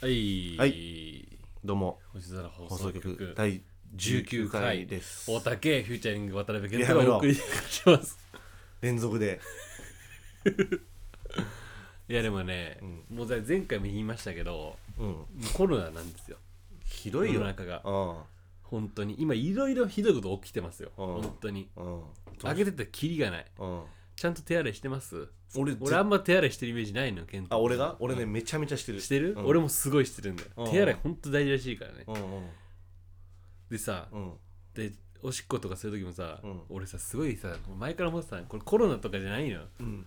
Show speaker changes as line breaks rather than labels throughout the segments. はい、
はどうも
星空放
放
送
送
局
局第19回です
大竹フューチャリング渡辺健
や
太
め
が
ろ
お送りします
連 続で
いやでもね、
う
もう前前回も言いましたけど
うん
コロナなんですよ
ひどい
世
よ
の中が
うん
本当に今いろいろひどいこと起きてますよ
うん
本当に
うん
開けてたらキリがない
うん
ちゃんと手洗いしてます
俺
俺あんま手洗いしてるイメージないの健太
あ俺が俺ねめちゃめちゃしてる
してる、
うん
俺もすごいしてるんだよ、
うん
手洗い本当大事らしいからね、
うんうん
でさ、
うん
でおしっことかする時もさ、
うん
俺さすごいさ前から思ってたのこれコロナとかじゃないのよ
うん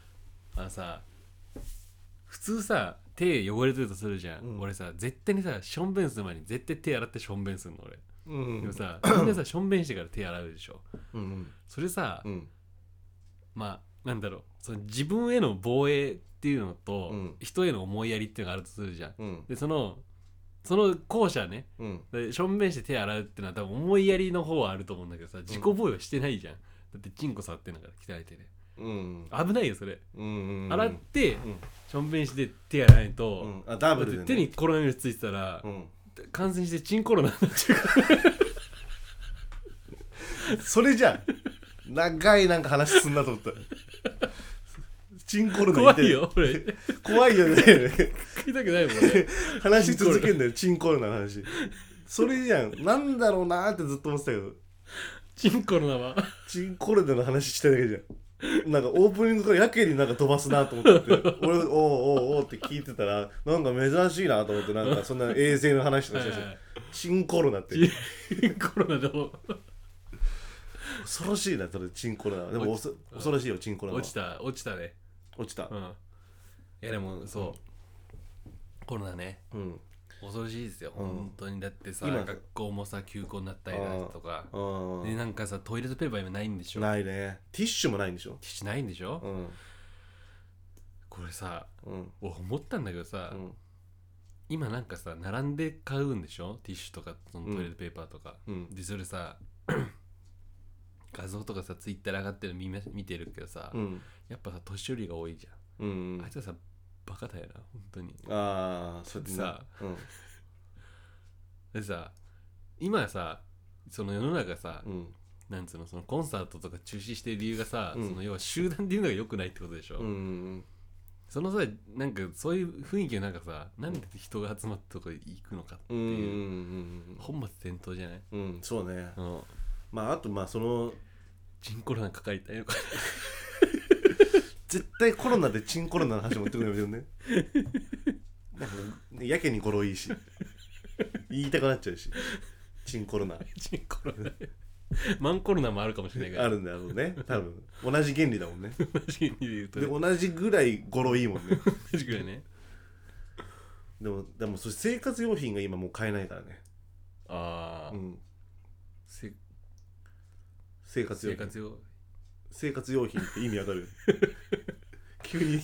あのさ普通さ手汚れてるとするじゃん、
うん
俺さ絶対にさしょんべんする前に絶対手洗ってしょんべんするの俺、
うん
でもさみんなさしょんべんしてから手洗うでしょ
うんうん
それさ、
うん
まあなんだろうその自分への防衛っていうのと、
うん
人への思いやりっていうのがあるとするじゃん
うん
でそのその後者ね
うん
でしょんべんして手洗うってのは多分思いやりの方はあると思うんだけどさ自己防衛はしてないじゃん、だってチンコ触ってんだから汚い手で
うん
危ないよそれ、
うんうん
洗って
うん
しょんべんして手洗わないと、
うんあダブルで
だ
ね
って手にコロナウイルスついてたら、
うん
感染してチンコロナになっちゃうから
それじゃん長いなんか話すんなと思 ったチンコロナ言っ
怖
て
い
る
よ俺 聞
怖いよね
きたくないもんね
話し続けんだよチンコロナの話それじゃんなんだろうなーってずっと思ってたけど
チンコロナは
チンコロナの話したいだけじゃんなんかオープニングからやけになんか飛ばすなと思ってて俺おうおうおうって聞いてたらなんか珍しいなと思ってなんかそんな衛生の話とかしてたしチンコロナって
チンコロナでも
恐ろしいなそれチンコロナ はでもおそ恐ろしいよチンコロナは
落ちた落ちたね
落ちた
うんいやでもそう、コロナね
うん
恐ろしいですよ、
うん
本当にだってさ
今
学校もさ休校になったりだとか
うん
でなんかさトイレットペーパー今ないんでしょテ
ないねティッシュもないんでしょ
ィッシュないんでしょ、
うん
これさ
うん
俺思ったんだけどさ、
うん
今なんかさ並んで買うんでしょティッシュとかその
うん
トイレットペーパーとか、
うん
でそれさ 画像とかさツイッター上がってるの見ま見てるけどさ、
うん
やっぱさ年寄りが多いじ
うんう
ゃん、
ん
あいつらさバカだよな本当に
ああそれで
さ
うん
でさ今さその世の中さ、
うん
なんつうのそのコンサートとか中止してる理由がさ、
うん
その要は集団で言うのが良くないってことでしょ、
うんうん
そのさなんかそういう雰囲気のなんかさなんで人が集まったとこ行くのかって
うんうん
いう、
うん
本末転倒じゃない
うんうんそうね
あの
まああとまあその
チンコロナかかりたいのか
絶対コロナでチンコロナの話持ってくるのやめてくんね なんかねやけに語呂いいし言いたくなっちゃうしチンコロナ
チンコロナ マンコロナもあるかもしれないから
あるんだろうね多分同じ原理だもんね
同じ意味で言うと
で
ね
同じぐらい語呂いいもんね
確かにね
でもでもそれ生活用品が今もう買えないからね、
ああ、
うん、
せ
生活用
生
品
活用
生活用品って意味わ かる急に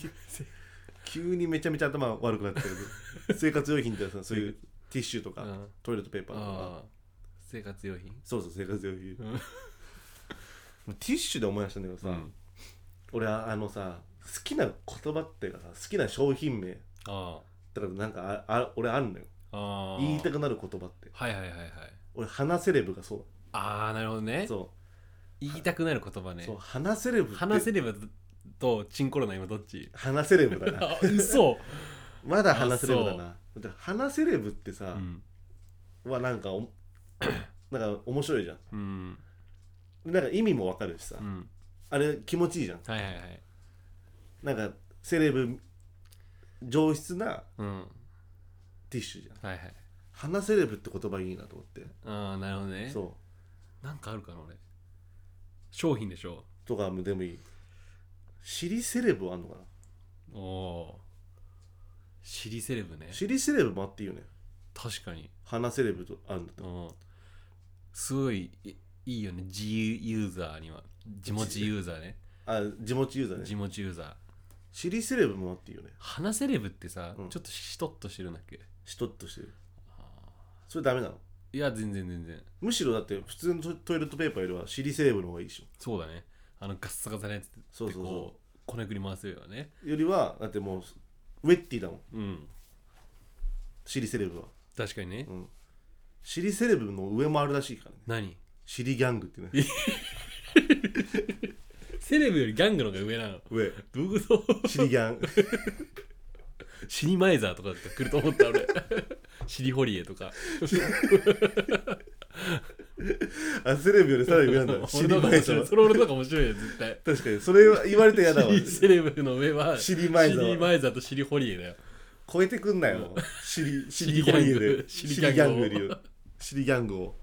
急にめちゃめちゃ頭悪くなってるけど生活用品ってさそういうティッシュとか、
うん
トイレットペーパーとか
ああ生活用品
そうそう生活用品、
ん
ティッシュで思い出したんだけどさ、
うん
俺はあのさ好きな言葉っていうかさ好きな商品名
あ
だからなんかああ俺あるのよ
あああ
言いたくなる言葉って
はいはいはいはい
俺花セレブがそう
ああなるほどね
そ
言いたくなる言葉
う
ね
そう花セレブって
話せればとチンコロナ今どっち
花セレブだな
あ嘘
まだ花セレブだなだって花セレブって
う
さ、
ん
はなんかお なんか面白いじゃん
うん
なんか意味もわかるしさ、
うん
あれ気持ちいいじゃん
はいはいはい
なんかセレブ上質な
うん
ティッシュじゃん
はいはい
花セレブって言葉いいなと思って
ああなるほどね
そう
なんかあるかな俺商品でしょ
とかでもいい尻セレブはあんのかな
おおシリセレブね
尻セレブもあっていいよね
確かに
花セレブとあるんだと
うんすごいいいいよね G ユーザーには地持ちユーザーね
あ地持ちユーザー
地
ね
持ちユーザー
尻セレブもあっていいよね
鼻セレブってさ、
うん
ちょっとしとっとしてるんだっけ
しとっとしてるそれダメなの
いや全然全然
むしろだって普通のトトイレットペーパーよりは尻セレブの方がいいでしょ
そうだねあのガッサガサのやつって
そうそうそう
こうこねくり回すよね
よりはだってもうウェッティだもん
うん
シリセレブは、
確かにね、
うん、シリセレブの上もあるらしいからね
何
シリギャングってね
セレブよりギャングの方が上なの
上
どういうこと
シリギ ャン
シニマイザーとかだって来ると思った俺 シリホリエとか
あセレブよりさらに上なんだシ
俺
リ
の方
マ
が面
イザ
白
ー
いそれ俺の方が面白いよ絶対
確かにそれは言われてやだ わ
シリセレブの上は
シリマイザー
シリマイザーとシリホリエだよ
超えてくんなよシ リシ
シ
リ
リギャング
ホリエで
シ
シ
リ
リ
ギ
ギ
ャングを
ャングよりよシリギャングを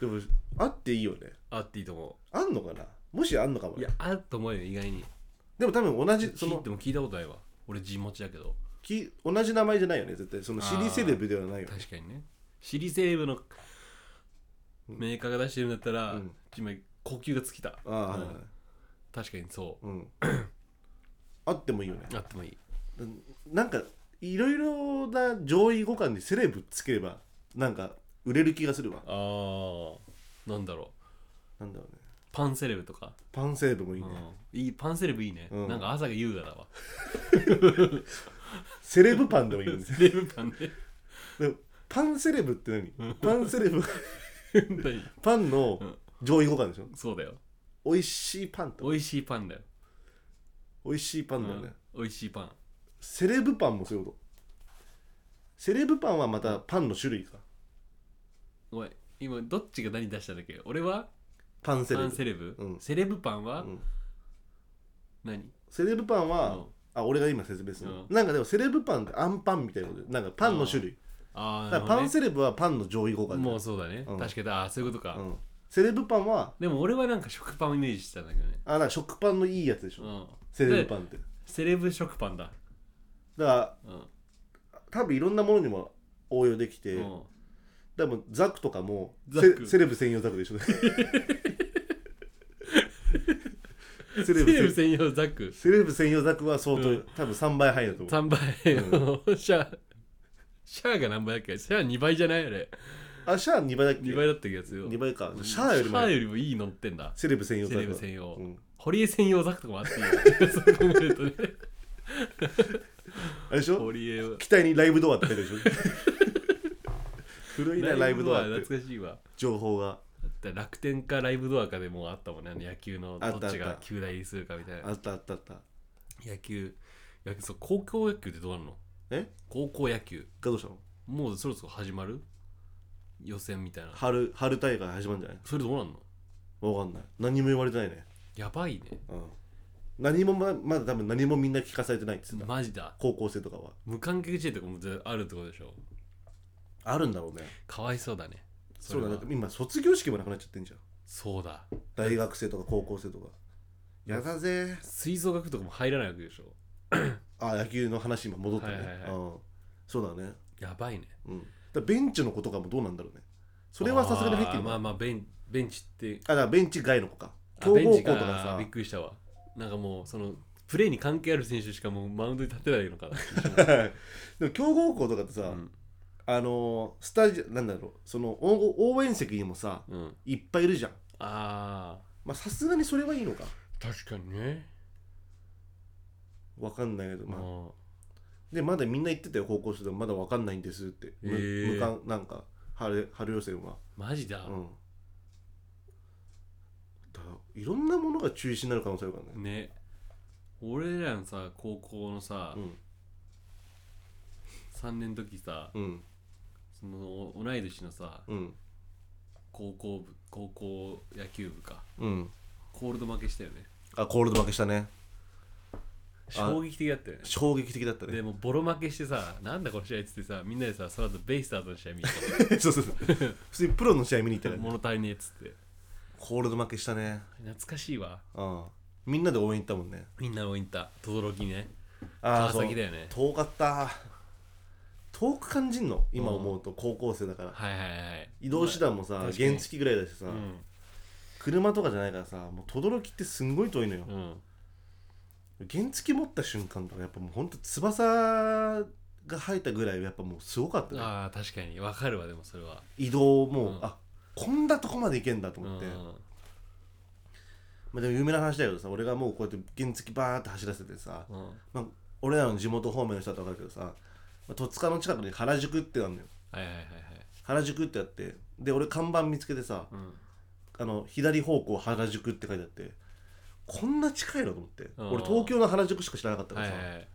でもあっていいよね
あっていいと思
あんのかなもしあんのかも
うい
ね
やあると思うよ意外に
でも多分同じそ
その
の
でも聞いたことないわ俺地持ちだけど
き同じ名前じゃないよね絶対そのシリセレブではないよね
確かにねシリセレブの
うん
メーカーが出してるんだったら、
うん
今呼吸が尽きた
ああ、はいはい
確かにそ
うん、 あってもいいよね
うあってもいい
なんかいろいろな上位互換にセレブつければなんか売れる気がするわ
ああなんだろう
なんだろうね
パンセレブとか
パンセレブもいいね、
うんいいパンセレブいいね、
うん
なんか朝が優雅だわ
セレブパンでもいいよ ね
セレブパンで
でもパンセレブって何パンセ レブ
何
パンの
うん
上位互換でしょ
そうだよ
美味しいパンって
美味しいパンだよ、
美味しいパンだよね、
うん美味しいパン
セレブパンもそういうことセレブパンはまたパンの種類か
おい今どっちが何出したんだっけ俺は
パンセレ
パ
ブ
ンセレブ、
うん
セレブパンは、
うん
何
セレブパンは、
うん
あ俺が今説明するの、
う
なんかでもセレブパンってアンパンみたいなことでなんかパンの種類、
ああ
だからパンセレブはパンの上位互換
もうそうだね、
うん
確かにああそういうことか、
うん、セレブパンは
でも俺はなんか食パンをイメージしてたんだけどね、
あなんか食パンのいいやつでしょ、
うん、
セレブパンって
セレブ食パンだ、
だか
うん
ら多分いろんなものにも応用できて、
うん
多分ザクとかも
ザク
セセレブ専用ザク でしょセレ
セ
ブ
レブ
専
専用ザック
セレブ専用ザクは相当、
うん
多分3倍入ると思
3
う
倍、シャアシャアが何倍だっけシャア2倍じゃないあれ
あシャア2倍だっけ
2倍だったやつよ
二倍かシャアよりも
シャアよりもいいのってんだ
セレブ専用ザ
セ
クは
レブ専用、
うん
堀江専用ザックとかもあっていいよそう考えるとね
あれでしょ
堀江は
機体にライブドアって入るでしょ 古いなライブドアって
懐かしいわ
情報が
だ楽天かライブドアかでもうあったもんねあの野球の
あった
どっち
あ
が
った
球大入りするかみたい
あ
な
ったあったあったが
野球野球そう高校野球ってどうなの
え
高校野球
どうしたの
もうそろそろ始まる予選みたいな
春春大会始まるんじゃない
それどうなんの
わかんない何も言われてないね、
やばいね
うん、何もままだ多分何もみんな聞かされてないって言ってた
マジだ
高校生とかは
無観客試合とかも全然あるってことでしょ
あるんだろうね
かわいそうだねそ
そう
れ
だ
は
ね今卒業式もなくなっちゃってんじゃん
そうだ
大学生とか高校生とかやだぜ
吹奏楽とかも入らないわけでしょ
あ野球の話今戻ったね、
はいはいはい
うん、そうだね
やばいね
うんだからベンチの子とかもどうなんだろうねそれはさすがに入って
あ
る
ー
の
ま
か
あまあベンベンチって
あだからベンチ外の子か
あ
強豪
ベン
校
チ
とか
あー
さ
びっくりしたわなんかもうそのプレーに関係ある選手しかもうマウンドに立てないのかな
でも強豪校とかってさ、
うん
あのースタジオなんだろうその応応援席にもさ
うん
いっぱいいるじゃん
あ
まあさすがにそれはいいのか
ー確かにね
わかんないけど、まあ
ま
でまだみんな言ってたよ高校生でもまだわかんないんですって、む
へー
無観なんか春春予選は
あマジだ
うんだからいろんなものが中止になる可能性あるからね
ね俺らのさ高校のさ
うん
3年の時さ
うん
その同い年のさ
うん
高校部高校野球部か
うん
コールド負けしたよね
あコールド負けしたね
衝撃的だったよね
衝撃的だった
で
ね
もうボロ負けしてさなんだこの試合っつってさみんなでさその後ベイスターズの試合見に 行っ
そうそうそう普通にプロの試合見に行ったたから、ね、
物足りねえっつって
コールド負けしたね
懐かしいわ
うんみんなで応援行ったもんね
みんなのインター轟ね
あ
川
あそう
崎だよね
遠かった遠く感じんの今思うと高校生だから、
はいはいはい
移動手段もさ
確かに
原付ぐらいだしさ、
うん
車とかじゃないからさもう轟ってすんごい遠いのよ、
うん
原付持った瞬間とかやっぱもうほんと翼が生えたぐらいやっぱもうすごかったね
ああ確かにわかるわでもそれは
移動もう、
うん
あこんなとこまで行けんだと
う
思って、
ん
まあ、でも有名な話だけどさ俺がもうこうやって原付バーって走らせてさ、
うん
まあ、俺らの地元方面の人だと分かるけどさまあ戸塚の近くに原宿ってあるのよ
はいはいはいはい
原宿ってあってで俺看板見つけてさ
うん
あの左方向原宿って書いてあってこんな近いのと思って
うん
俺東京の原宿しか知らなかったか
は
ら
い
さ、
はい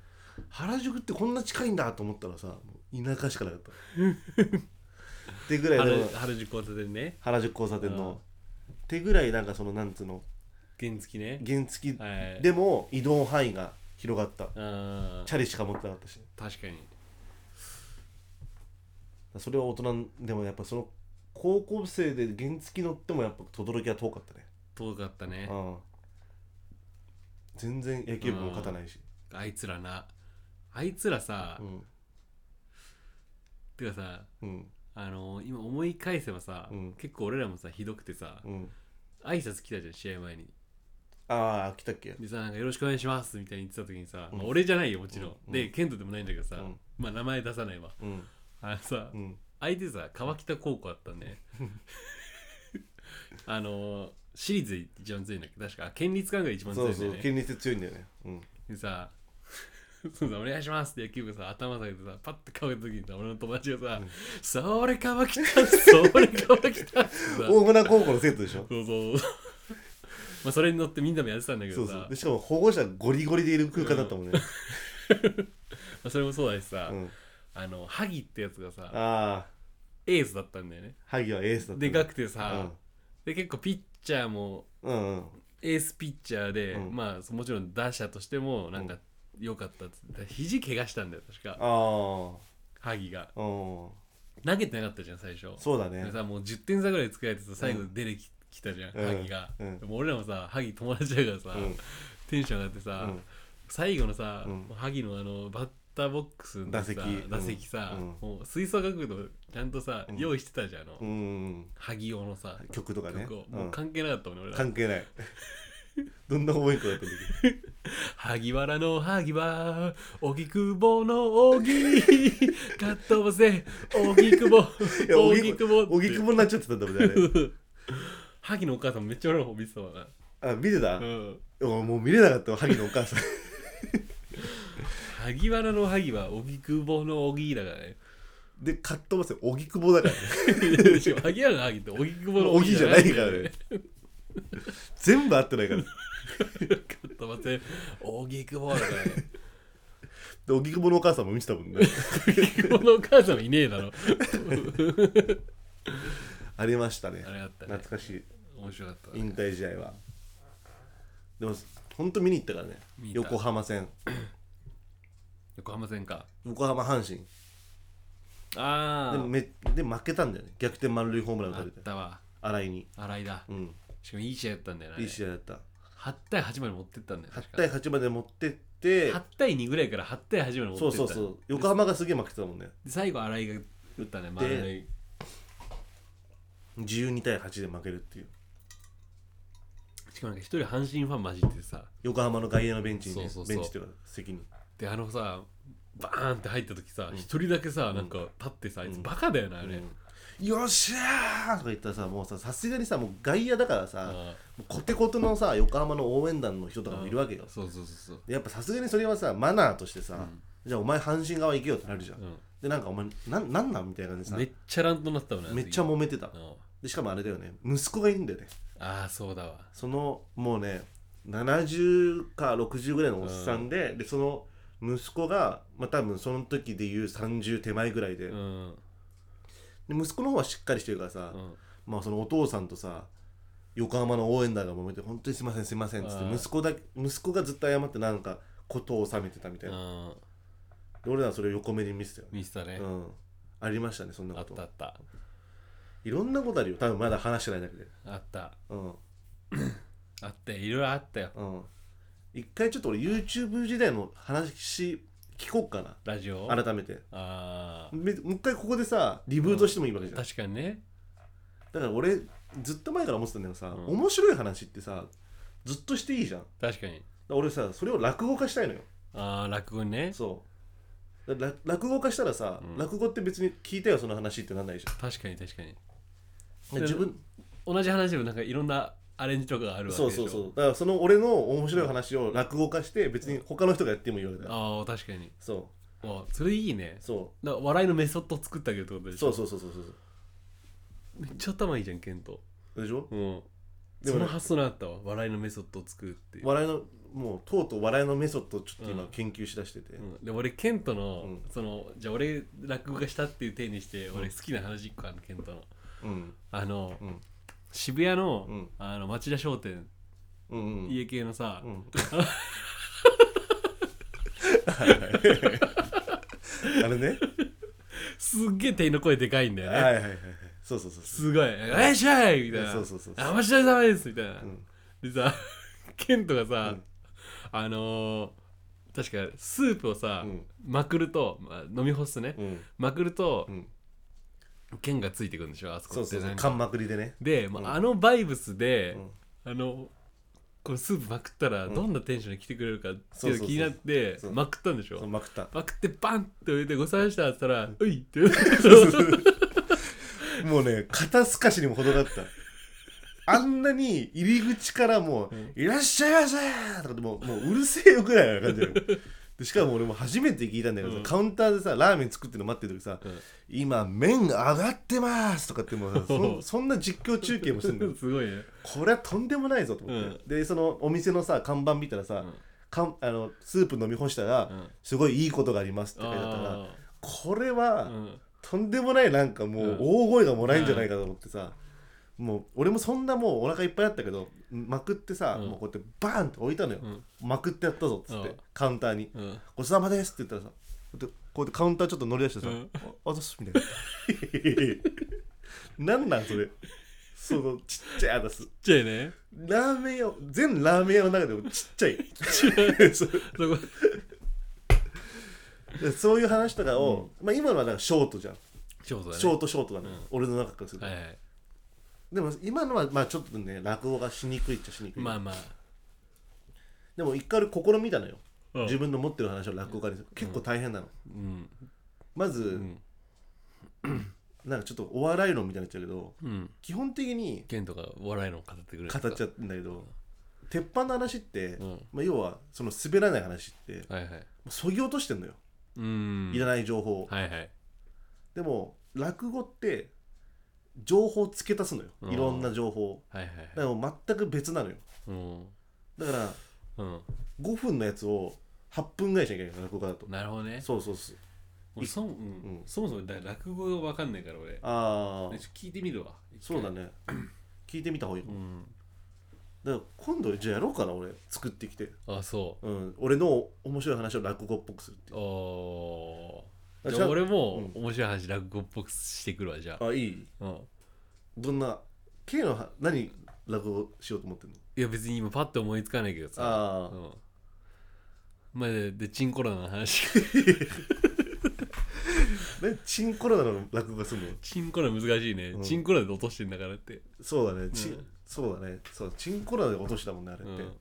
原宿ってこんな近いんだと思ったらさもう田舎しかなかっ たってぐらい
原
の
原宿交差点ね
原宿交差点
うん
の、ってぐらいなんかそのなんつうの
原付ね
原付き
はい
でも移動範囲が広がった
あ
チャリしか持ってなかったし
確かに
それは大人でもやっぱその高校生で原付乗ってもやっぱ轟は遠かったね
遠かったね
うん全然野球部も勝たないし、
あいつらなあいつらさ、
うん
てかさ
うん
あのー今思い返せばさ、
うん
結構俺らもさひどくてさ、
うん、
挨拶来たじゃん試合前に
ああ来たっけ
でさなんかよろしくお願いしますみたいに言ってた時にさ、
うん
まあ、俺じゃないよもちろん、
うん
でケントでもないんだけどさ、
うん
まあ名前出さないわ
うん
あのさ、
うん
相手さ川北高校だったん であのー私立で一番強いんだっけど確かあ県立館が一番強い
そうん
だ
そ
よ
う
ね
県立強いんだよねうん
でさそうさお願いしますって野球部がさ頭下げてさパッて顔見た時にさ俺の友達がさ「それ川北それ川北」ってさそう
大船高校の生徒でしょ
そう そうまあそれに乗ってみんなもやってたんだけど
そう
さ
そうでしかも保護者ゴリゴリでいる空間だったもんね、
まあ、それもそうだしさ、
うん、
あの萩ってやつがさ
ああ
エースだったんだよね
萩はエースだったね
でかくてさ、
うん
で結構ピッチャーも
うんうん
エースピッチャーで、
うん
まあそもちろん打者としてもなんか良かったっつって肘怪我したんだよ確か
あ
萩が
あうん
投げてなかったじゃん最初
そうだ
で
ね
さもう10点差ぐらいつけられてさ最後出てき,、たじゃん、
うん
萩が、
うん
でも俺らもさ萩友達だからさ、
うん
テンション上がってさ、
うん
最後のさ、
うん
萩のあのバッターボックスのさ
打席うん
打席さ、
うん
もう吹奏楽部ちゃんとさ、
ん
用意してたじゃんあの、
うん
萩尾のさ
曲とかね
曲を、
う
もうん関係なかったもんね俺ら
関係ない どんな思いっ子だったんだ
萩原の萩は荻窪の 荻かっ飛ばせ荻窪
けどいや
荻窪
荻
って
窪になっちゃってたんだもんねあれ
萩のお母さんめっちゃ俺の方見てたわな
あ見てた、
うん
おもう見れなかったわ萩の お母さん
萩原の萩は荻窪の荻だから ね
でカットバス荻窪だからね
しかも萩原の萩って荻窪の
荻じゃないからね全部合ってないからで
かっ飛ばせ荻窪だからね
荻窪のお母さんも見てたもんね
このお母さんいねえだろ
ありましたね
あれあったね
懐かしい
面白かったわ
引退試合はでも本当見に行ったからね
見た
横浜戦
横浜戦か
横浜阪神
あ
で
ー
めで負けたんだよね逆転満塁ホームラン打
あ
た
っ
れて
たわ
新井に
洗いだ
うん
しかもいい試合やったんだよない
い試合だった
8対8まで持ってったんだよ
8
確か
対8まで持ってって
8対2ぐらいから8対8まで持ってった
そうそうそう横浜がすげえ負けてたもんね
で最後新井が打ったね丸い
12対8で負けるっていう
しかもなんか一人阪神ファン混じっててさ
横浜の外野のベンチに
そ
ね
うそうそう
ベンチっていうか席に
であのさバーンって入った時さ一、人だけさなんか立ってさあいつバカだよなあれ、
よっしゃーとか言ったらさもうささすがにさもう外野だからさ
あ
もうコテコテのさ横浜の応援団の人とかもいるわけよ
ーそうそうそうそう
でやっぱさすがにそれはさマナーとしてさ、じゃあお前阪神側行けよってなるじゃん、
うん
でなんかお前なんなんなんみたいな感じで
めっ
さ
ちゃ乱闘になったもんね
めっちゃ揉めてた
うん
でしかもあれだよね息子がいるんだよね
ああそうだわ
そのもうね70か60ぐらいのおっさんで、でその息子が、まあ、多分その時で言う30手前ぐらいで,、
うんうん
で息子の方はしっかりしてるからさ、まあそのお父さんとさ横浜の応援団が揉めて「本当にすいませんすいません」っつっ
あ
て
ー
息子だけ息子がずっと謝ってなんかことを収めてたみたいな、
うん
で俺らはそれを横目に見せたよね、
見せたね、
うん、ありましたねそんな
あ
こ
ったあ
と
った
いろんなことあるよ多分まだ話してないだけで
あった
うん
あったよいろいろあったよ
うん一回ちょっと俺 YouTube 時代の話聞こうかな
ラジオ
改めて
あ
めもう一回ここでさリブートしてもいいわけじ
ー
ゃん、
確かにね
だから俺ずっと前から思ってたんだけどさ、
ん
面白い話ってさずっとしていいじゃんだか
確かに
ら俺さそれを落語化したいのよ
ああ落語ね
そうだら落語化したらさ、
うん
落語って別に聞いたよその話ってなんないじゃ
確かに確かに
んで自分
同じ話でもなんかいろんなアレンジとかがあるわけでし
そ
ょ
うそうそうだからその俺の面白い話を落語化して別に他の人がやってもいいわけだよ
ああ確かに
そ
あそれいいね
そ
だから笑いのメソッドを作ってあげるってこと
う
でし
そ
ょ
うそうそうそうそう
めっちゃ頭いいじゃんケント
そうでしょ
うん
で
そ
もね
の発想なかったわ笑いのメソッドを作るっていう、
笑いのもうとうとう笑いのメソッドをちょっと今
うん
研究しだしてて、
うんで俺ケントの、
うん
そのじゃあ俺落語家したっていう体にして
ん
俺好きな話一個あるのケントの
うん
あの、
うん
渋谷の,、
うん
あの町田商店、
うんうん
家系のさ、
うん あれね
すっげえ店員の声でかいんだよ
はい
ね、
はいはいはいそうそうそうそう
すごい「よいしゃい!」みたいな「
そうそうそうそう
あ町田様です!」みたいな、
ん
でさ ケントがさ、
うん
あのー確かスープをさ、
うん
まくると、まあ、飲み干すね、
うん
まくると、
うん
剣がついてくるんでしょあそこ
そ
っ
う
て
そうそう
なんか
かんまくりでね
で、まああのバイブスで
う、ん
あのこのスープまくったらどんなテンションで来てくれるかっていうのが気になって
そうそうそうそう
まくったんでし
そう
ょ
まくった
まくってバンって置いてごさんしたって言ったら「うい!」って
もうね肩透かしにも程があったあんなに入り口からもう
うん
「いらっしゃいませ!」とかってもうもううるせえよぐらいな感じだよでしかも俺も初めて聞いたんだけどさ、
うん
カウンターでさラーメン作ってるの待ってる時さ「
うん
今麺上がってます」とかってもう さそそんな実況中継もしてんだよ
すごいね
これはとんでもないぞと思って、でそのお店のさ看板見たらさ、
ん
かんあのスープ飲み干したら、
うん
すごいいいことがありますって書いてあったから
あ
これ
ー
は、
うん
とんでもないなんかも
うん
う大声がもらえんじゃないかと思ってさ、もう俺もそんなもうお腹いっぱいだったけどまくってさ、
うん
もうこうやってバーンって置いたのよ、まくってやったぞっつって、
うん
カウンターに
うんうん
「ごちそうさまです」って言ったらさこうやってこうやってカウンターちょっと乗り出してさ「
うん
ああざっす」みたいな なんなんそれそのちっちゃいあざっす
ちっちゃいね
ラーメン屋全ラーメン屋の中でもちっ ちゃいそ
そ
う
こ
そういう話とかを、まあ、今のはなんかショートじゃん、
ショートだね
ショートショートだね、俺の中からすると、
はいはい
でも今のはまあちょっとね落語がしにくいっちゃしにくい、
まあまあ
でも一回俺試みたのよ、
うん
自分の持ってる話を落語家にする結構大変なの、
うん
まず、
ん
なんかちょっとお笑い論みたいになっちゃうけど
うん
基本的に
ケントが笑いのを語ってくれる
語っちゃうんだけど鉄板の話って、
ん
まあ、要はその滑らない話って
はいはい
そぎ落としてんのよ、
うん
いらない情報を、
はいはい
でも落語って情報を付け足すのよ、
うん
いろんな情報を
はいはいはい
だからもう全く別なのよ
うん
だか
う
ら
ん
5分のやつを8分ぐらいしなきゃいけないの落語家だと
なるほどね
そうそうそう
俺そ,、うん
うん
そもそもだ落語が分かんないから俺
ああ
ちょっと聞いてみるわ
そうだね 聞いてみた方がいいか
う
も
ん
だから今度じゃあやろうかな俺作ってきて、
あそ
うん、俺の面白い話を落語っぽくするっていう
お
あ
ーじ
じ
ゃ
ゃ
あ
あ
俺も
うん
面白い話落語っぽくしてくるわじゃあ
うあいい
うん
どんな K のは何落語しようと思ってんの
いや別に今パッと思いつかないけどさ
あ
う
あ
んまあででチンコロナの話
何チンコロナの落語がするの
チンコロナ難しいね、
うん
チンコロナで落としてんだからって
そうだねチン、
うん
そうだねそうチンコロナで落としたもんねあれって、
うん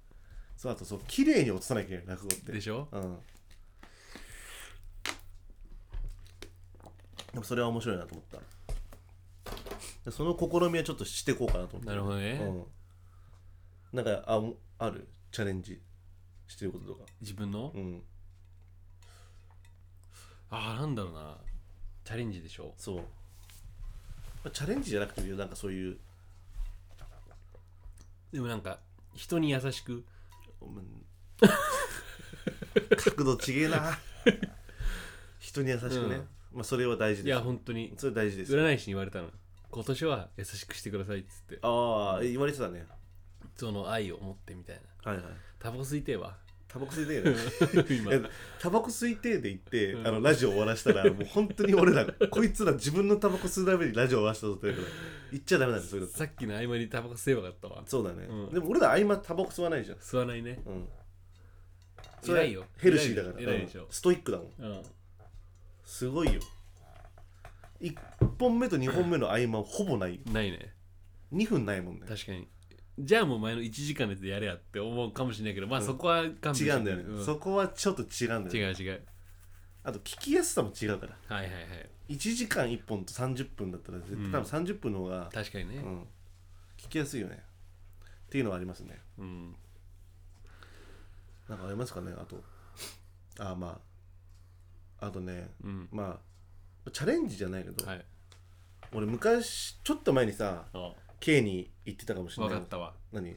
そうあとそう綺麗に落とさなきゃいけない落語って
でしょ
うんでもそれは面白いなと思ったでその試みはちょっとしていこうかなと思って
なるほどね、
うん、なんかあもあるチャレンジしてることとか
自分の、
うん
ああなんだろうなチャレンジでしょ
そうまあチャレンジじゃなくてもいいよなんかそういう、
でもなんか人に優しく
うん、角度ちげえな人に優しくね、まあそれは大事
い
です
や本当に
それ大事です
占い師に言われたの今年は優しくしてくださいっつって
ああ言われてたね
その愛を持ってみたいな
はいはい
タバコ吸いてえ わ
タバコ吸いてえね
今
えタバコ吸いてえで言って、
うん
あのラジオ終わらしたらもう本当に俺らこいつら自分のタバコ吸うためにラジオ終わらしたぞって言うから言っちゃダメなんですそういうの
さっきの合間にタバコ吸えばよかったわ
そうだね、
うん
でも俺ら合間タバコ吸わないじゃん
吸わないね
うん
偉いよ
ヘルシーだから
偉いでしょ
うんストイックだもん
うん
すごいよ1本目と2本目の合間ほぼないよ
ないね
2分ないもんね
確かにじゃあもう前の1時間のやつでやれやって思うかもしれないけどまあそこは勘弁して
違うんだよね、
う
そこはちょっと違うんだ
違
よね
う違う
あと聞きやすさも違うから
はいはいはい
1時間1本と30分だったら絶対多分30分の方が、
確かに
う
ね
ん聞きやすいよねっていうのはありますね
うん
なんかありますかねあとあまああとね
うん
まあチャレンジじゃないけど、
はい
俺昔ちょっと前にさ
あ
K に行ってたかもしれ
分
な
か
い
ったわ
何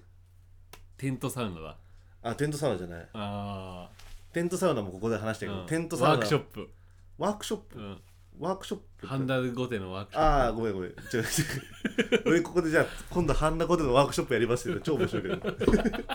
テントサウナだ
あテントサウナじゃない
あ
テントサウナもここで話したけど、
あ
テントサウナ
ワークショップ
ワークショップ
うん
ワークショップ
ハンダゴテのワークショッ
ああごめんごめん違う違う俺ここでじゃあ今度ハンナコテのワークショップやりますって言うの超面白いけど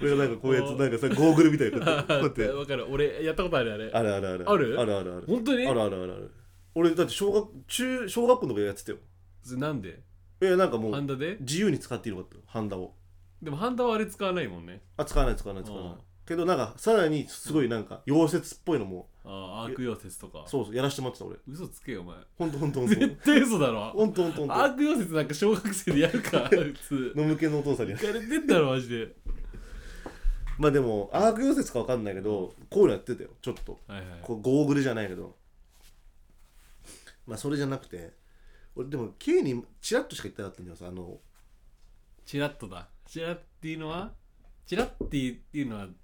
俺がなんかこういうやつなんかさゴーグルみたいなこうやってこう
プ
やって
分かる俺やったことあるあれ
あるあるある
ある
あるあるある
本当に
あるあるあるある俺だって小学中小学校の時やってたよ
それなんで
いやなんかも
ハ
う
ンダで
自由に使っていいのかったよハンダを
でもハンダはあれ使わないもんね
あ使わない使わない使わない
うん
けどなんかさらにすごいなんか溶接っぽいのも
ああ悪用説とか
そうそうやらしてもらってた俺
嘘つけよお前
ほんとほんとほんと
絶対嘘だろ
ほんとほんとほんと
悪用説なんか小学生でやるか普通
のむけのお父さんに
浮かれてんだろマジで
まあでもアーク溶接かわかんないけどこういうのやってたよちょっと
はいはい
こうゴーグルじゃないけどまあそれじゃなくて俺でも K にチラッとしか行ってなかったんだよさあの
チラッとだチラッっていうのはチラッっていうのは
ん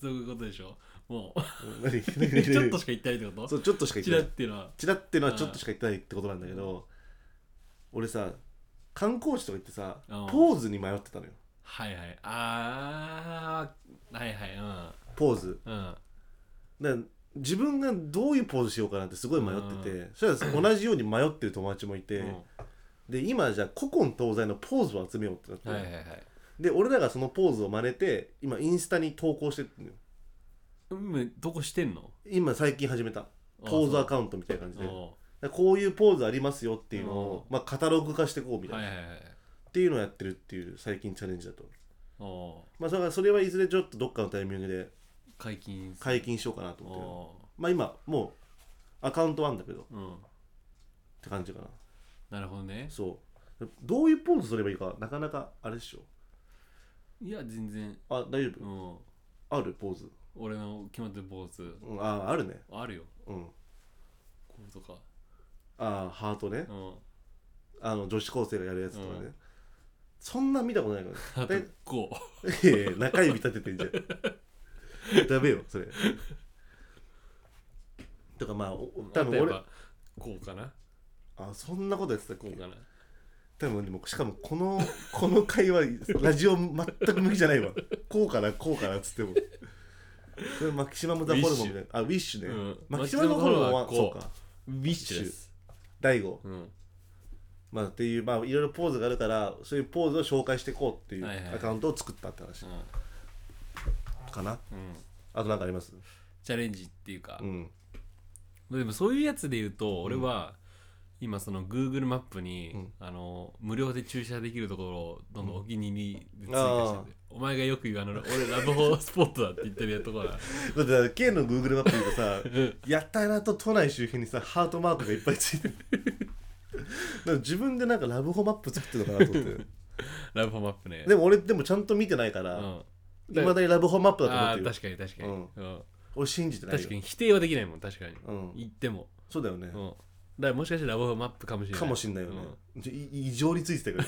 そういうことでしょも う
何
ちょっと
し
しか言ってないってこと
そうちょっとしか行っ
チ
てな
ラッ
い
っていうのは
チラっていうのはちょっとしか行ってないってことなんだけど俺さ観光地とか行ってさ
うん
ポーズに迷ってたのよ
はいはいあーはいはい
ポーズ
うんうん
だから自分がどういうポーズしようかなってすごい迷っててそしたら同じように迷ってる友達もいて、
うん
で今じゃあ古今東西のポーズを集めようってなって、
はいはいはい
で俺らがそのポーズを真似て今インスタに投稿してるのよ
今どこしてんの
今最近始めたポーズアカウントみたいな感じで
お
でこういうポーズありますよっていうのを、まあ、カタログ化していこうみ
う
た
は
いな、
いはいはい
っていうのをやってるっていう最近チャレンジだと、
お
まあ、それはそれはいずれちょっとどっかのタイミングで
う解禁する
解禁しようかなと思ってる
お
まあ今もうアカウントはあんだけどっ
ううん
て感じかな
なるほどね
そうどういうポーズすればいいかなかなかあれでしょ
いや全然
あ大丈夫、
うん
あるポーズ、
俺の決まってる坊主
うん、ああるね
あるよ
うん
こうとか
あーハートね
うん
あの女子高生がやるやつとかね、
うん
そんな見たことないか
あ
ら
と
ね
こう
いやいや中指立ててんじゃんダメよそれとかまあお
あ
多分
と
俺
やっぱこうかな
あそんなことやってたっ
こ
け
うかな
多分でもしかもこの この会話ラジオ全く向きじゃないわこうかなこうかなっつってもそれマキシマム・ザ・ホルモンみたいなあウィッシュね、
うん
マキシマム・ザ・ホルモンは
マキシマムホルモンは
そ
こ
う
う
か
ウィッシュです
大悟
うん
まあっていうまあいろいろポーズがあるからそういうポーズを紹介していこうってい
はいはいう
アカウントを作ったって話
うん
かな
うん
あと何かあります
チャレンジっていうか
うん
でもそういうやつで言うと俺は今その Google マップ
う
に
ん
あの無料で駐車できるところをどんどんお気に入りで追加しててお前がよく言う あの俺ラブホスポットだって言ってるやつとこだ
だって K の Google マップ見るとさやたらと都内周辺にさハートマークがいっぱいついてるなんか自分でなんかラブホマップ作ってるのかなと 思って
ラブホマップね
でも俺でもちゃんと見てないか
う
ら
ん
いまだにラブホマップだと思
あ
って
ー
るよ
確かに確かに、
う
うんん
俺信じてない
確か
よ
に否定はできないもん確かに、
うん
言っても、
そうだよ
う
ね
ん、だからもしかしたらラボマップかもしれない
かもしんないよねじゃい異常についてた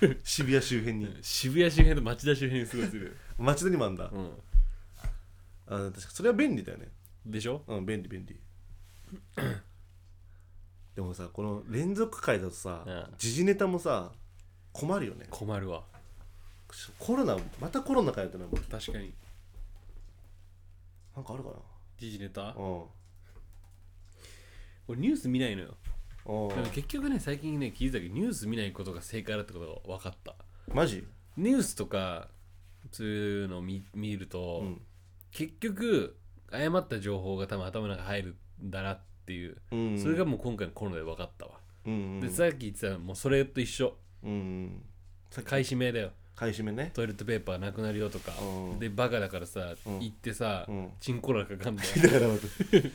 けど ね渋谷周辺
うん
に
渋谷周辺と町田周辺にすごいする、
町田にもあんだ
うん、
あ確かそれは便利だよね
でしょ
うん便利 便利でもさこの連続回だとさ
うん
時事ネタもさ困るよね
困るわ
コロナまたコロナかよってなるもん
確かに
なんかあるかな
時事ネタ
うん
俺ニュース見ないのよ
うん
でも結局ね最近ね聞いてたけどニュース見ないことが正解だってことが分かった
マジ
ニュースとかそういうのを見見ると、
うん
結局誤った情報が多分頭の中に入るんだなっていう、
うん
それがもう今回のコロナで分かったわ、
うんうん
でさっき言ってたもうそれと一緒
うんうんさっき
買い占めだよ
買い占めね
トイレットペーパーなくなるよとか、
うん
でバカだからさ、
うん
行ってさ、
うん
チンコラかかんだよ
だから待って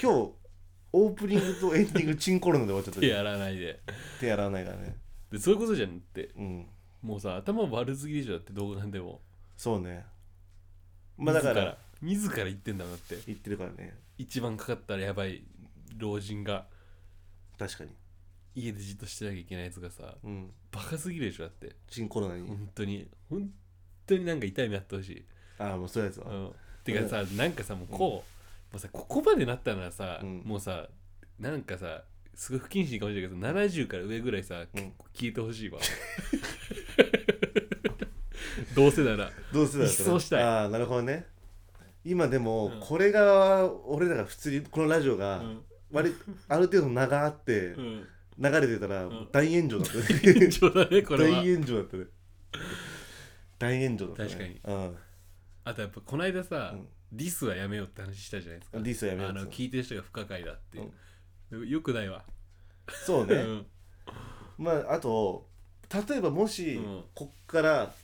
今日オープニングとエンディングチンコロナで終わっちゃった
手
じゃん
やらないで
手やらないからね
でそういうことじゃんって
うん
もうさ頭悪すぎでしょだって動画なんでも
そうねまあだから
自ら自ら言ってんだもんだって
言ってるからね
一番かかったらやばい老人が
確かに
家でじっとしてなきゃいけないやつがさ
うん
バカすぎるでしょだって
チンコロナに
本当に本当になんか痛い目あってほしい
ああもうそういうやつは、
うん、てかさなんかさもうこう、もうさここまでなったならさ、
うん
もうさなんかさすごい不謹慎かもしれないけどさ70から上ぐらいさ、結構聞いてほしい わどうせなら
どうせだったら
一掃したい
ああなるほどね今でも、
うん
これが俺らが普通にこのラジオが、
うん
割ある程度長あって、
うん
流れてたら、
ん
大炎上だったね
一応だね これ
大
は
炎上だったね大炎上だったね
確
かに、
あとやっぱこの間さ、
うん
ディスはやめようって話したじゃないですか
うん、ディスはやめよ
あ
うっ
の
つう
聞いてる人が不可解だっていう、よくないわ、
そう
う
ね、
ん、
まああと例えばもし、
うん
こっから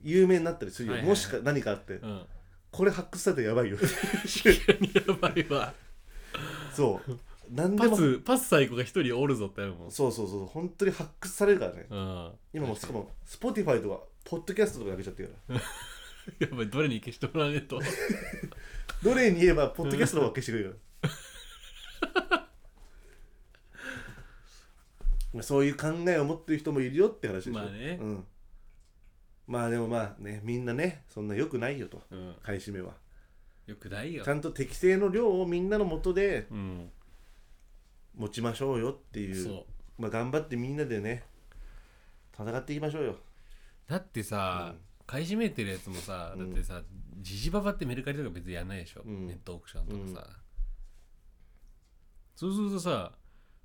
有名になったりするよ、
はいはいはい
もしか何かあって、
うん、
これ発掘されたらやばいよ
確かに やばいわ
そう何で
パ
も
スパス最高が一人おるぞってあるもん
そうそうそう本当に発掘されるからね、
うん、
今もうしかも Spotify とかポッドキャストとかで上げちゃってるから
やっぱりどれに消してもらわねえと
どれに言えばポッドキャストの方が消してくれる からそういう考えを持ってる人もいるよって話でしょ
まあね
うん、まあでもまあねみんなねそんな良くないよと
うん
買い占めは
よくないよ
ちゃんと適正の量をみんなのもとで
うん
持ちましょうよっていう
そう
まあ、頑張ってみんなでね戦っていきましょうよ
だってさ、
うん
買い占めてるやつもさだってさジジババってメルカリとか別にやんないでしょ、
うん
ネットオークションとかさ、そうするとさ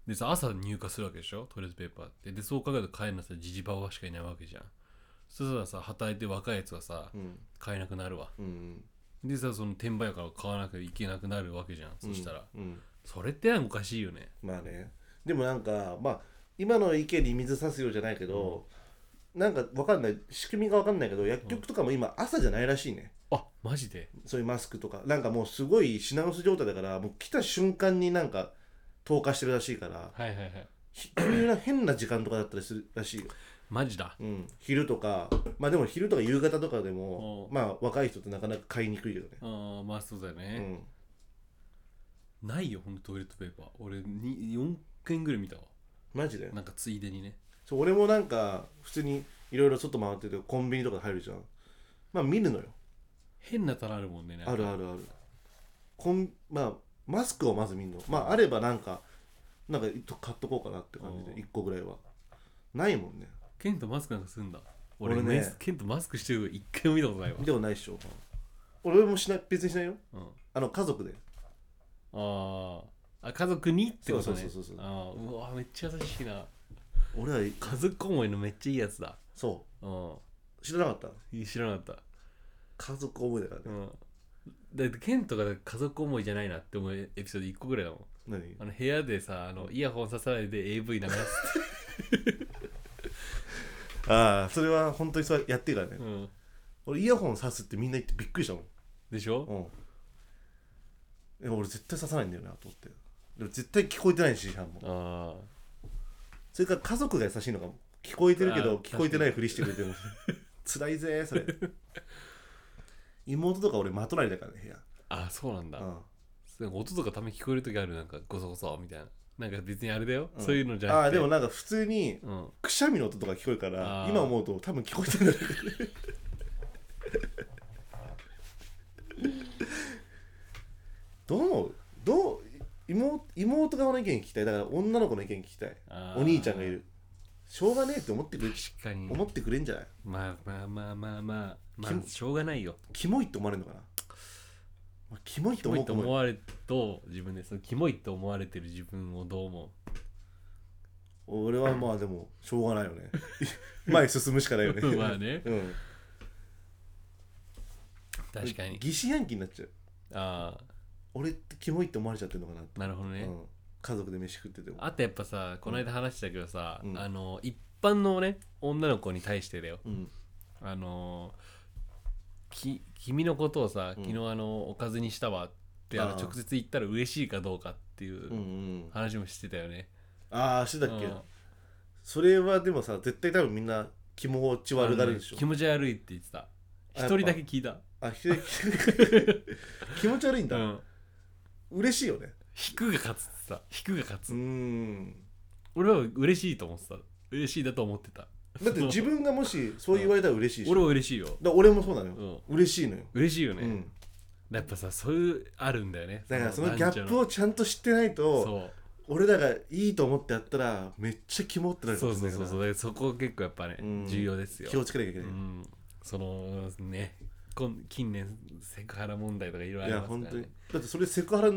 でさ朝入荷するわけでしょトイレットペーパーってでそう考えると買えるのはさジジババしかいないわけじゃんそしたらさ働いて若いやつはさ
うん
買えなくなるわ
うん
でさその転売屋から買わなきゃいけなくなるわけじゃん、そしたら
うん
それってなんかおかしいよね
まあねでもなんかまあ今の意見に水差すようじゃないけど、なんかわかんない仕組みがわかんないけど薬局とかも今朝じゃないらしいね、
あマジで
そういうマスクとかなんかもうすごい品薄状態だからもう来た瞬間になんか投下してるらしいから
はいはいはい
ひ 急な変な時間とかだったりするらしいよ、
マジだ
うん、昼とかまあでも昼とか夕方とかでも
うん
まあ若い人ってなかなか買いにくいよね、
ああまあそうだよ
う
ね、
ん、
ないよほんとトイレットペーパー俺に4件ぐらい見たわ
マジで
なんかついでにね
そう俺もなんか普通にいろいろ外回っててコンビニとか入るじゃんまあ見るのよ
変な棚あるもんねなんか
あるあるあるこんまあマスクをまず見るのまああればなんかなんか一個買っとこうかなって感じ
う
で
ん
1個ぐらいはないもんね
ケンとマスクなんかすんだ俺
俺
ね
ね
ケンとマスクしてるの一回も見たことないわ
見、たことないっしょ俺もしない別にしないよ
うん、あ
あの家族で
ーあ家族にってことね
そうそうそうそうそう
あーうわめっちゃ優しいな
俺はい
家族思いのめっちゃいいやつだ
そ
うん
う知らなかった
知らなかっ
家族思いだから
たう
ね、
んだってケンとか家族思いじゃないなって思うエピソード1個ぐらいだもん
何
あの部屋でさあのイヤホンささないで AV 流す って、
ああそれは本当にそうやってるからね、
うん、
俺イヤホン刺すってみんな言ってびっくりしたもん
でしょ
うん、え俺絶対刺さないんだよなと思ってでも絶対聞こえてないし批判も
ああ
それから家族が優しいのかも聞こえてるけ
あ
ど
ー
聞こえてないふりしてくれてる辛いぜそれ妹とか俺まとないだからね部屋
あそうなんだ、
うん
なんか音とかため聞こえる時あるなんかゴソゴソみたいななんか別にあれだよ、
ん
そういうのじゃ
あ
な
あ
くて
でもなんか普通に
うん
くしゃみの音とか聞こえるから
あー
今思うと多分聞こえてるんだろうねどう思うどう妹妹側の意見聞きたいだから女の子の意見聞きたい
あー
お兄ちゃんがいるしょうがねえって思ってくれ
確かに
思ってくれんじゃない
まあまあまあまあまあま
キ
あ
モ
しょうがないよ
キモいって思われるのかな、まあ、キモい
キ
と
モい
思
うと
かも
思われと自分でそのキモいと思われてる自分をどう 思
俺はまあでもしょうがないよね 前進むしかないよね
う まあね
うん
確かに
疑心暗鬼になっちゃう
あ
俺ってキモいって思われちゃってるのかなって
あなるほどね、
うん、家族で飯食ってても
あとやっぱさこの間話したけどさ、
うん
あの一般のね女の子に対してだよ
うん
あのーき君のことをさ
うん
昨日あのおかずにしたわって、あの
あー
直接言ったら嬉しいかどうかっていううん話もしてたよね、
ああしてたっけ、
うん
それはでもさ絶対多分みんな気持ち悪がるで
あ
しょ
の気持ち悪いって言ってた
や
一
っぱ
人だけ聞いた
あひ 気持ち悪いん
う
だ、
ん
嬉しいよね
引くが勝つってさ引くが勝つ、
うーん
俺は嬉しいと思ってた嬉しいだと思ってた
だって自分がもしそう言われたら嬉しいし、
俺
だか
は嬉しいよ
ら俺もそうなのよ、嬉しいのよ、
嬉しいよね、
うん、
やっぱさそういうあるんだよね
だからそのギャップ
を
をちゃんと知ってないと
そう
俺らがいいと思ってやったらめっちゃキモってなるか
そ
も
う
し
そ
れ
う
ない
そ
か
うそうだからそこ
ら
結構やっぱね、
うん
重要ですよ
気をつけなきゃいけ
う
ない、
ん、そのねこん近年セクハラ問題とかいろいろあ
い
り
や
ますから、
本
ね、
当にだってそれセクハラ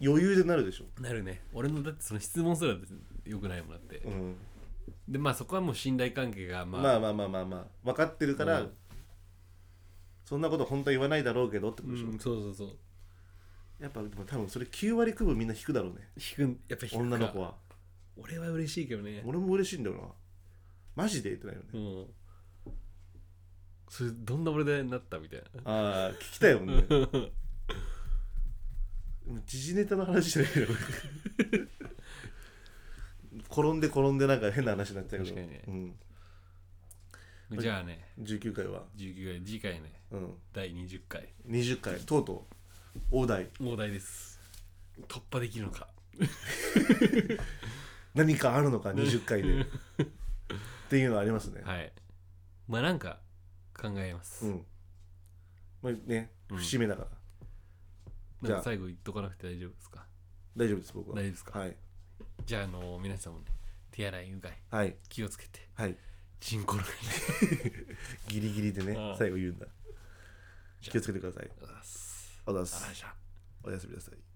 余裕でなるでしょ、
なるね俺のだってその質問すらよくないもんだって、
うん
でまあそこはもう信頼関係がまあ、
まあまあまあまあまあ分かってるから、
うん
そんなこと本当は言わないだろうけどってこ
う
とでしょ、
ん、そうそうそう
やっぱでも多分それ9割9分みんな引くだろうね
引くやっぱ引くか
女の子は
俺は嬉しいけどね
俺も嬉しいんだよなマジでってなるよね、
うんそれどんな俺でなったみたいな
ああ聞きたいもんねでも時事ネタの話じ ゃないけど転んで転んでなんか変な話になっちゃうけ
確
ど
かにね
うん、
じゃあね
19回は、
19回次回ね
うん、
第20回
20回とうとう大台
大題です突破できるのか
何かあるのか20回でっていうのありますね、
はいまあなんか考えます、
うんまあね
うん
節目だから、
なんか最後言っとかなくて大丈夫ですか
大丈夫です僕は
大丈夫ですか
はい
じゃあ、あの皆さんもね手洗いうがい
はい
気をつけて
はい
チンコロに
ギリギリでね
ああ
最後言うんだ
じゃあ
気をつけてください
ありがとうございます
ありがとうござい
あ
ま
ら
す
じゃあ
おやすみなさい